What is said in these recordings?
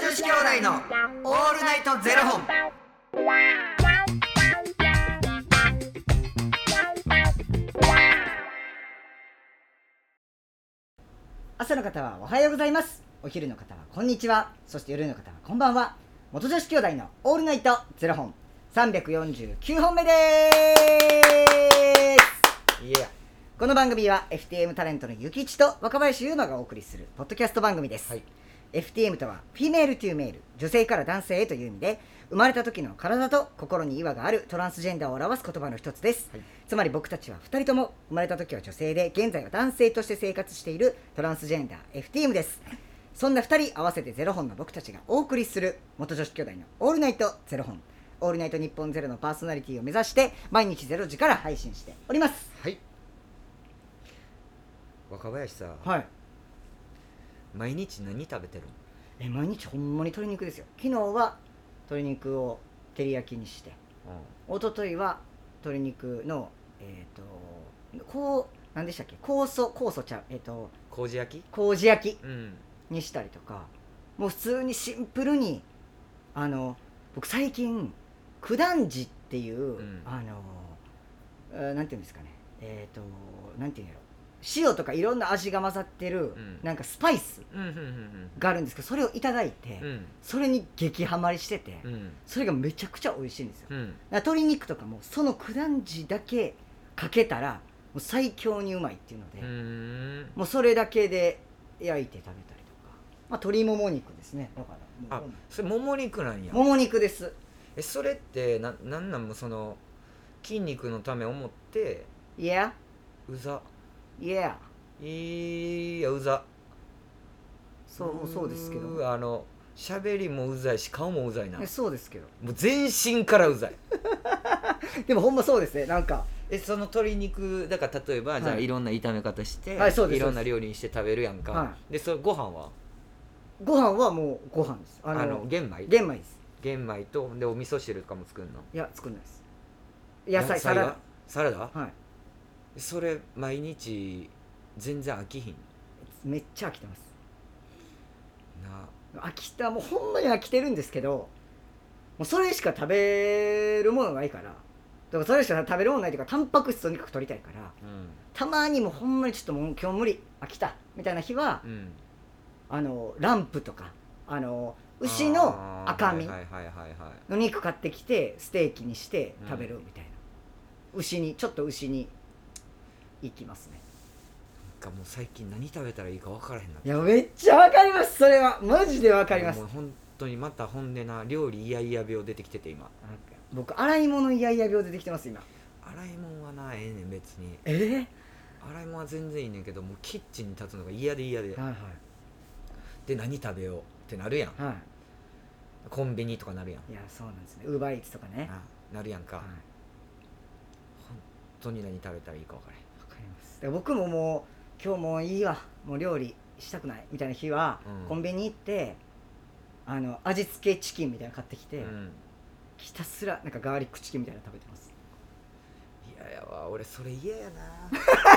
子兄弟のオールナイトゼロ本。朝の方はおはようございますお昼の方はこんにちはそして夜の方はこんばんは元女子兄弟のオールナイトゼロ本349本目ですいや、この番組は FTM タレントのゆきちと若林優馬がお送りするポッドキャスト番組です、はい。 FTM とはフィメールトゥーメール女性から男性へという意味で生まれた時の体と心に違和があるトランスジェンダーを表す言葉の一つです、はいつまり僕たちは2人とも生まれた時は女性で現在は男性として生活しているトランスジェンダー FTM ですそんな2人合わせてゼロ本の僕たちがお送りする元女子兄弟の「オールナイトゼロ本」「オールナイト日本ゼロのパーソナリティを目指して毎日ゼロ時から配信しておりますはい。若林さ、はい毎日何食べてるのえ毎日ほんまに鶏肉ですよ昨日は鶏肉を照り焼きにして一昨日は鶏肉のえっ、とこう何でしたっけ酵素酵素ちゃうえっ、と麹焼き麹焼きうん。にしたりとかもう普通にシンプルにあの僕最近九段地っていう、んあのえーなんていうんですかねえっ、となんていうんやろ塩とかいろんな味が混ざってる、うんなんかスパイスうん、うん、があるんですけどそれをいただいて、うん。うん。それに激ハマりしてて、うん。それがめちゃくちゃ美味しいんですようだん。から鶏肉とかもその九段地だけかけたらもう最強にうまいっていうので、うーん。もうそれだけで焼いて食べたりとか、まあ、鶏もも肉ですねだからあもう、それもも肉なんやも。も肉ですえ、それって、な、なんなんも、その。筋肉のため思って。 Yeah うざ。 Yeah いや、うざ。そうもうそうですけうーどあの喋りもうざいし顔もうざいなもえそうですけどう全身からうざいでもほんまそうですねなんかえその鶏肉だから例えば、はいじゃあいろんな炒め方して、はいそうですろんな料理にして食べるやんか、はでそれご飯はご飯はもうご飯ですああのの玄米玄米です玄米とでお味噌汁とかも作るのいや作んないです野菜サラサラダダはいそれ毎日全然飽きひんめっちゃ飽きてますな飽きたもうほんまに飽きてるんですけどもうそれしか食べるものないからだからそれしか食べるものないというかタンパク質とにかく取りたいからうたまにもうほんまにちょっともう今日無理飽きたみたいな日はん、うん、あのランプとかあの牛の赤身あーはいはいはいはいはいの肉買ってきてステーキにして食べるみたいな、牛にちょっと牛に行きますねなんかもう最近何食べたらいいか分からへんないやめっちゃわかりますそれはマジでわかりますもう本当にまたほんでな料理イヤイヤ病出てきてて今僕洗い物イヤイヤ病出てきてます今洗い物はなええねん別にええ洗い物は全然いいねんけどもうキッチンに立つのが嫌で嫌ではいで何食べようってなるやんはいはいコンビニとかなるやんいやそうなんですねウーバーイーツとかねななるやんか、はい本当に何食べたらいいか分からへんわかりますだから僕ももう今日もういいわもう料理したくないみたいな日は、うんコンビニ行ってあの味付けチキンみたいなの買ってきて、うんひたすらなんかガーリックチキンみたいなの食べてます 嫌やわ俺それ嫌や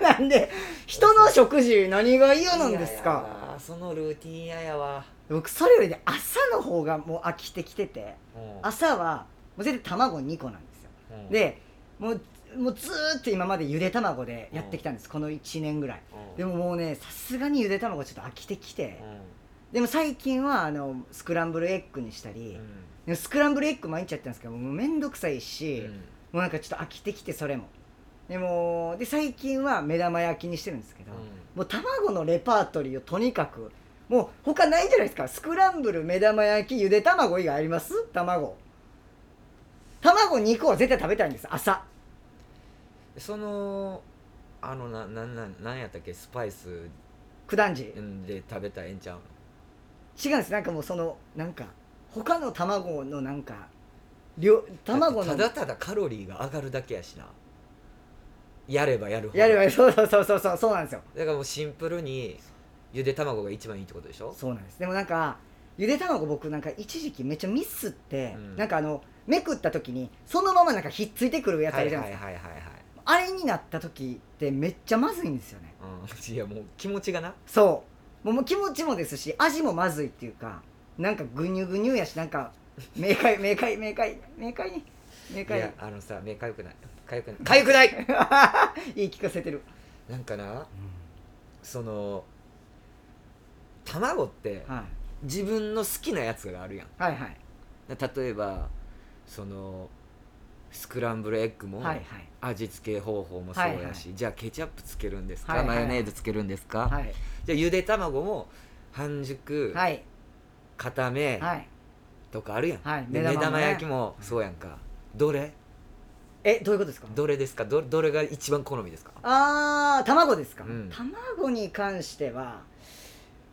ななんで人の食事何が嫌なんです嫌やかわそのルーティン嫌やわ僕それよりね朝の方がもう飽きてきててうん朝はもう絶対卵2個なんですようんでもうもうずーっと今までゆで卵でやってきたんです、この1年ぐらいうんでももうねさすがにゆで卵ちょっと飽きてきてう、んでも最近はあのスクランブルエッグにしたり、でもスクランブルエッグ毎日やってたんですけどもうめんどくさいし、うんもうなんかちょっと飽きてきてそれもでもで最近は目玉焼きにしてるんですけど、もう卵のレパートリーをとにかくもう他ないじゃないですかスクランブル目玉焼きゆで卵以外あります卵卵2個は絶対食べたいんです朝そのあのななんなんなんやったっけスパイス九段地で食べたらええんちゃう違うんですなんかもうそのなんか他の卵のなんか量卵のだってただただカロリーが上がるだけやしなやればやるほどやればそうそうそうそうそうそうなんですよだからもうシンプルにゆで卵が一番いいってことでしょそうなんですでもなんかゆで卵僕なんか一時期めっちゃミスって、うんなんかあのめくった時にそのままなんかひっついてくるやつはあるいじゃはないいですか、はいはいはい、あれになった時ってめっちゃまずいんですよねうん、いやもう気持ちがなそうもうもう気持ちもですし味もまずいっていうかなんかぐにゅぐにゅやしなんか明快明快明快明快に明い快にやあのさ目かゆくないかゆくないかゆくない 言い聞かせてる、なんかなその卵ってはい、自分の好きなやつがあるやんはいはいだ例えばそのスクランブルエッグも、はい味付け方法もそうやし、はいはいじゃあケチャップつけるんですか、はいはいマヨネーズつけるんですか、はいはいじゃあゆで卵も半熟、はい固めはいとかあるやん、はいで目玉目ね玉焼きもそうやんか、どれえどういうことですかどれですかどどれが一番好みですかあー卵ですか、うん卵に関しては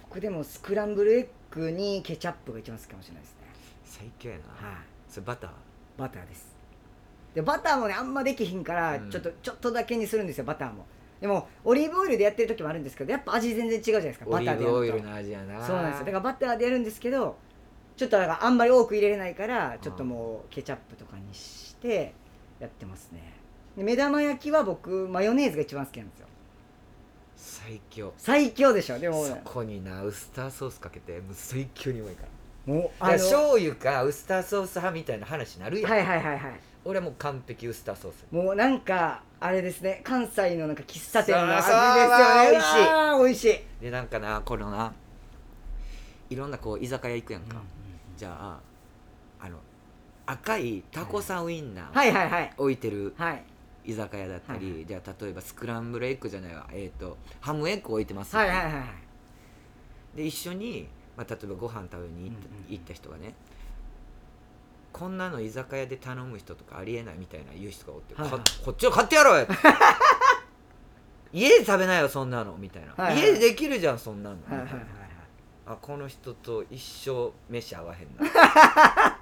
僕でもスクランブルエッグにケチャップが一番好きかもしれないですね最強やな、はいそれバターバターですでバターもねあんまできひんから、うんちょっとちょっとだけにするんですよバターもでもオリーブオイルでやってる時もあるんですけどやっぱ味全然違うじゃないですかオバリターーでやブオイるルとの味やなそうなんですよだからバターでやるんですけどちょっとなんかあんまり多く入れれないからちょっともうケチャップとかにしてやってますねで目玉焼きは僕マヨネーズが一番好きなんですよ最強最強でしょでもそこになウスターソースかけてもう最強にうまいからもうだから醤油かウスターソース派みたいな話になるやん、はいはいはいはい俺はもう完璧ウスターソースもうなんかあれですね関西のなんか喫茶店の味ですそうそうよね美味しい美味しいでなんかなこのないろんなこう居酒屋行くやんか、じゃああの赤いタコさんウインナーはいはいはい置いてるはい居酒屋だったり、はいじゃあ例えばスクランブルエッグじゃないわ、えー、とハムエッグ置いてます、はいはいはいはいで一緒に、まあ、例えばご飯食べに行った,、うんうんうん行った人がねこんなの居酒屋で頼む人とかありえないみたいな言う人がおって、はいはいかこっちを買ってやろうよ 家で食べないよそんなのみたいな、はいはい家でできるじゃんそんなの、はいはいはいはいあこの人と一生飯合わへんな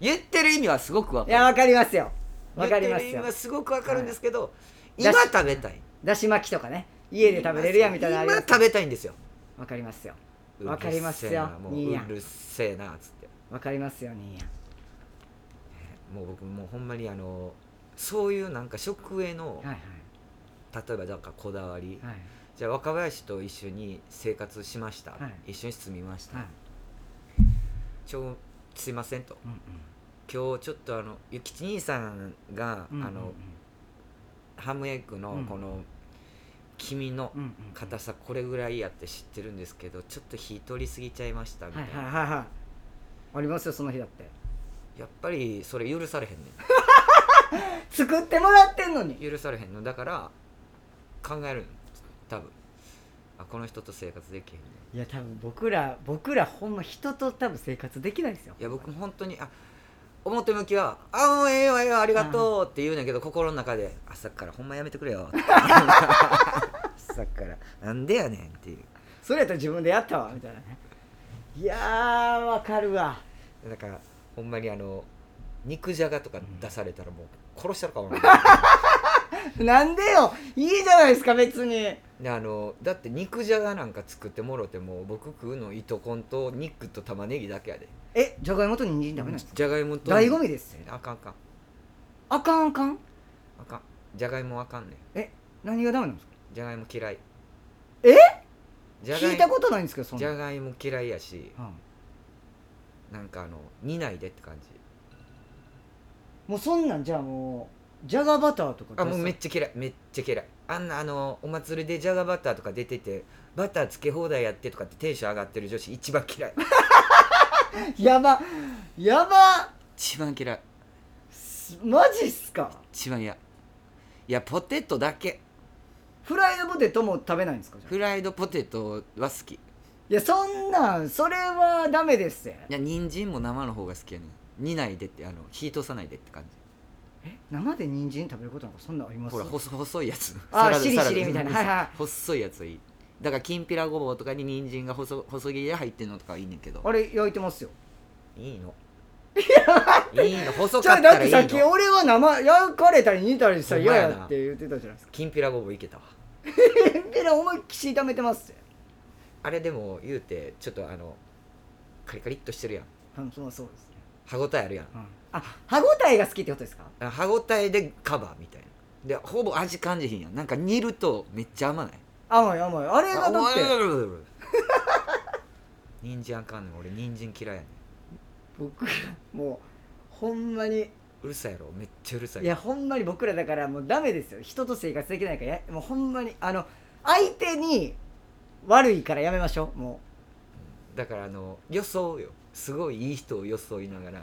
言ってる意味はすごくわいかやるわかりますよわかりま言っすてる意味よはすごくわかるんですけど、い今だし食べたいだし巻きとかね家で食べれるやんみたいなのあり今ます食べたいんですよわかりますようるせわえなかりますよもういいうやんるせえなっつってわかりますよねもう僕もうほんまにあのそういうなんか食への、はいはい例えばなんかこだわり、はいじゃあ若林と一緒に生活しました、はい一緒に住みました、はいちょすいませんとうんうん今日ちょっとあのゆきち兄さんが、うんうんあのハムエッグうのんこの黄身のうんうん硬さこれぐらいやって知ってるんですけどちょっと火通りすぎちゃいましたみたはいいな、はいはいはいありますよその日だってやっぱりそれ許されへんね作ってもらってんのにん許されへんのだから考えるん多分あこの人と生活できへんねいや多分僕ら僕らほんま人と多分生活できないですよんいや僕も本当にあ表向きは「あもうええよええよありがとう」って言うねんけど心の中で「朝からほんまやめてくれ よ」朝から「なんでやねん」っていうそれやったら自分でやったわみたいなねいやーわかるわなんかほんまにあの肉じゃがとか出されたらもう殺したのかもな なんでよいいじゃないですか別にであのだって肉じゃがなんか作ってもろても僕食うの糸こんと肉と玉ねぎだけやでえじゃがいもと人参ダメなんですかじゃがいもと醍醐味ですよあかんあかんあかんあかんあかんじゃがいもあかんねんえ何がダメなんですかじゃがいも嫌いえじゃが聞いいたもことないんですけどそんじなゃんがいも嫌いやしはなんかあの煮ないでって感じいもうそんなんじゃあもうじゃがバターとかあもうめっちちゃ嫌いめっちゃ嫌いあんなあのお祭りでじゃがバターとか出ててバターつけ放題やってとかってテンション上がってる女子一番嫌いゃやばやば 一番嫌いすマジっすか一番嫌いいやポテトだけフライドポテトも食べないんですかじゃあフライドポテトは好きいいやそんなんそれはダメですよや人参も生の方が好きやねん煮ないでってあの火通さないでって感じ生で人参食べることなんかそんなんありますほら細細いやつあーサラダしりサラダしりみたいなはいはい 細いやつがいいだからきんぴらごぼうとかに人参が細細切りで入ってんのとかはいいねんけどあれ焼いてますよ いいのいいの細じゃかあっだたっらていいさっきの俺は生焼かれたり煮たりしたらほ嫌んまやなやって言ってたじゃないですかきんぴらごぼういけたわペンペラ思いっきし炒めてますよあれでも言うてちょっとあのカリカリっとしてるやんうんそうそうですね、歯ごたえあるやんうん、あ歯ごたえが好きってことですかあ歯ごたえでカバーみたいなでほぼ味感じひんやんなんか煮るとめっちゃ甘ない甘い甘いあれがだっあておいおいおいおい 人参あかんねん俺人参嫌いやねん僕らもうほんまにうるさいやろめっちゃうるさいいやほんまに僕らだからもうダメですよ人と生活できないからやもうほんまにあの相手に悪いからやめましょうもだからあの装うよすごいいい人を装いながらう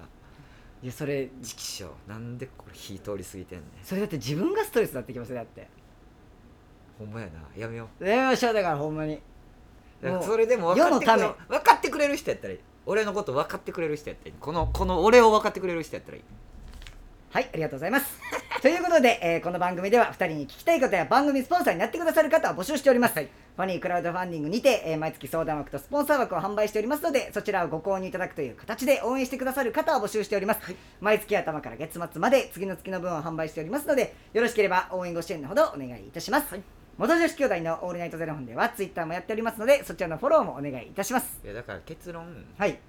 いやそれ「ちきしょうなんでこれ火通り過ぎてんねんそれだって自分がストレスになってきますよだってほんまやなやめよやめましょうだからほんまにうだからもうそれでも分かってくれ世の分かってくれる人やったらいい俺のこと分かってくれる人やったらいいこのこの俺を分かってくれる人やったらいいはいありがとうございます ということで、えーこの番組では2人に聞きたいことや番組スポンサーになってくださる方を募集しております、ファニークラウドファンディングにて、えー毎月相談枠とスポンサー枠を販売しておりますのでそちらをご購入いただくという形で応援してくださる方を募集しております、毎月頭から月末まで次の月の分を販売しておりますのでよろしければ応援ご支援のほどお願いいたします、元女子兄弟のオールナイトゼロ本ではツイッターもやっておりますのでそちらのフォローもお願いいたしますいやだから結論はい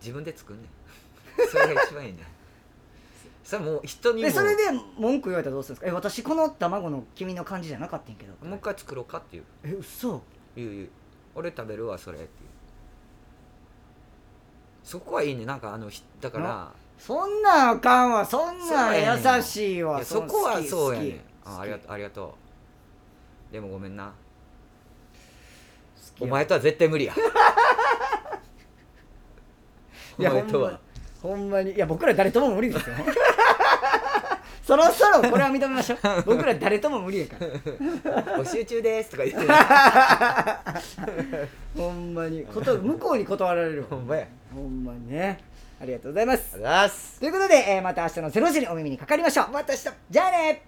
自分で作んねん それが一番いいねんそれもう人にもでそれで文句言われたらどうするんですかえ私この卵の黄身の感じじゃなかったんやけどもう一回作ろうかっていうえ嘘言う言う俺食べるわそれっていうそこはいいねなんかあのひだからそんなんあかんわそんそうやねなんん優しいいわやそこはそうやねんあありがうとうありがとうでもごめんなお前とは絶対無理や おいや前とはほんまにいや僕ら誰とも無理ですよ そろそろこれは認めま しょう僕ら誰とも無理やから募集中ですとか言って ほんまにこと向こうに断られるわほんまやほんまにねありがとうございますあざっすということで、えーまた明日の0時にお耳にかかりましょうまた明日じゃあね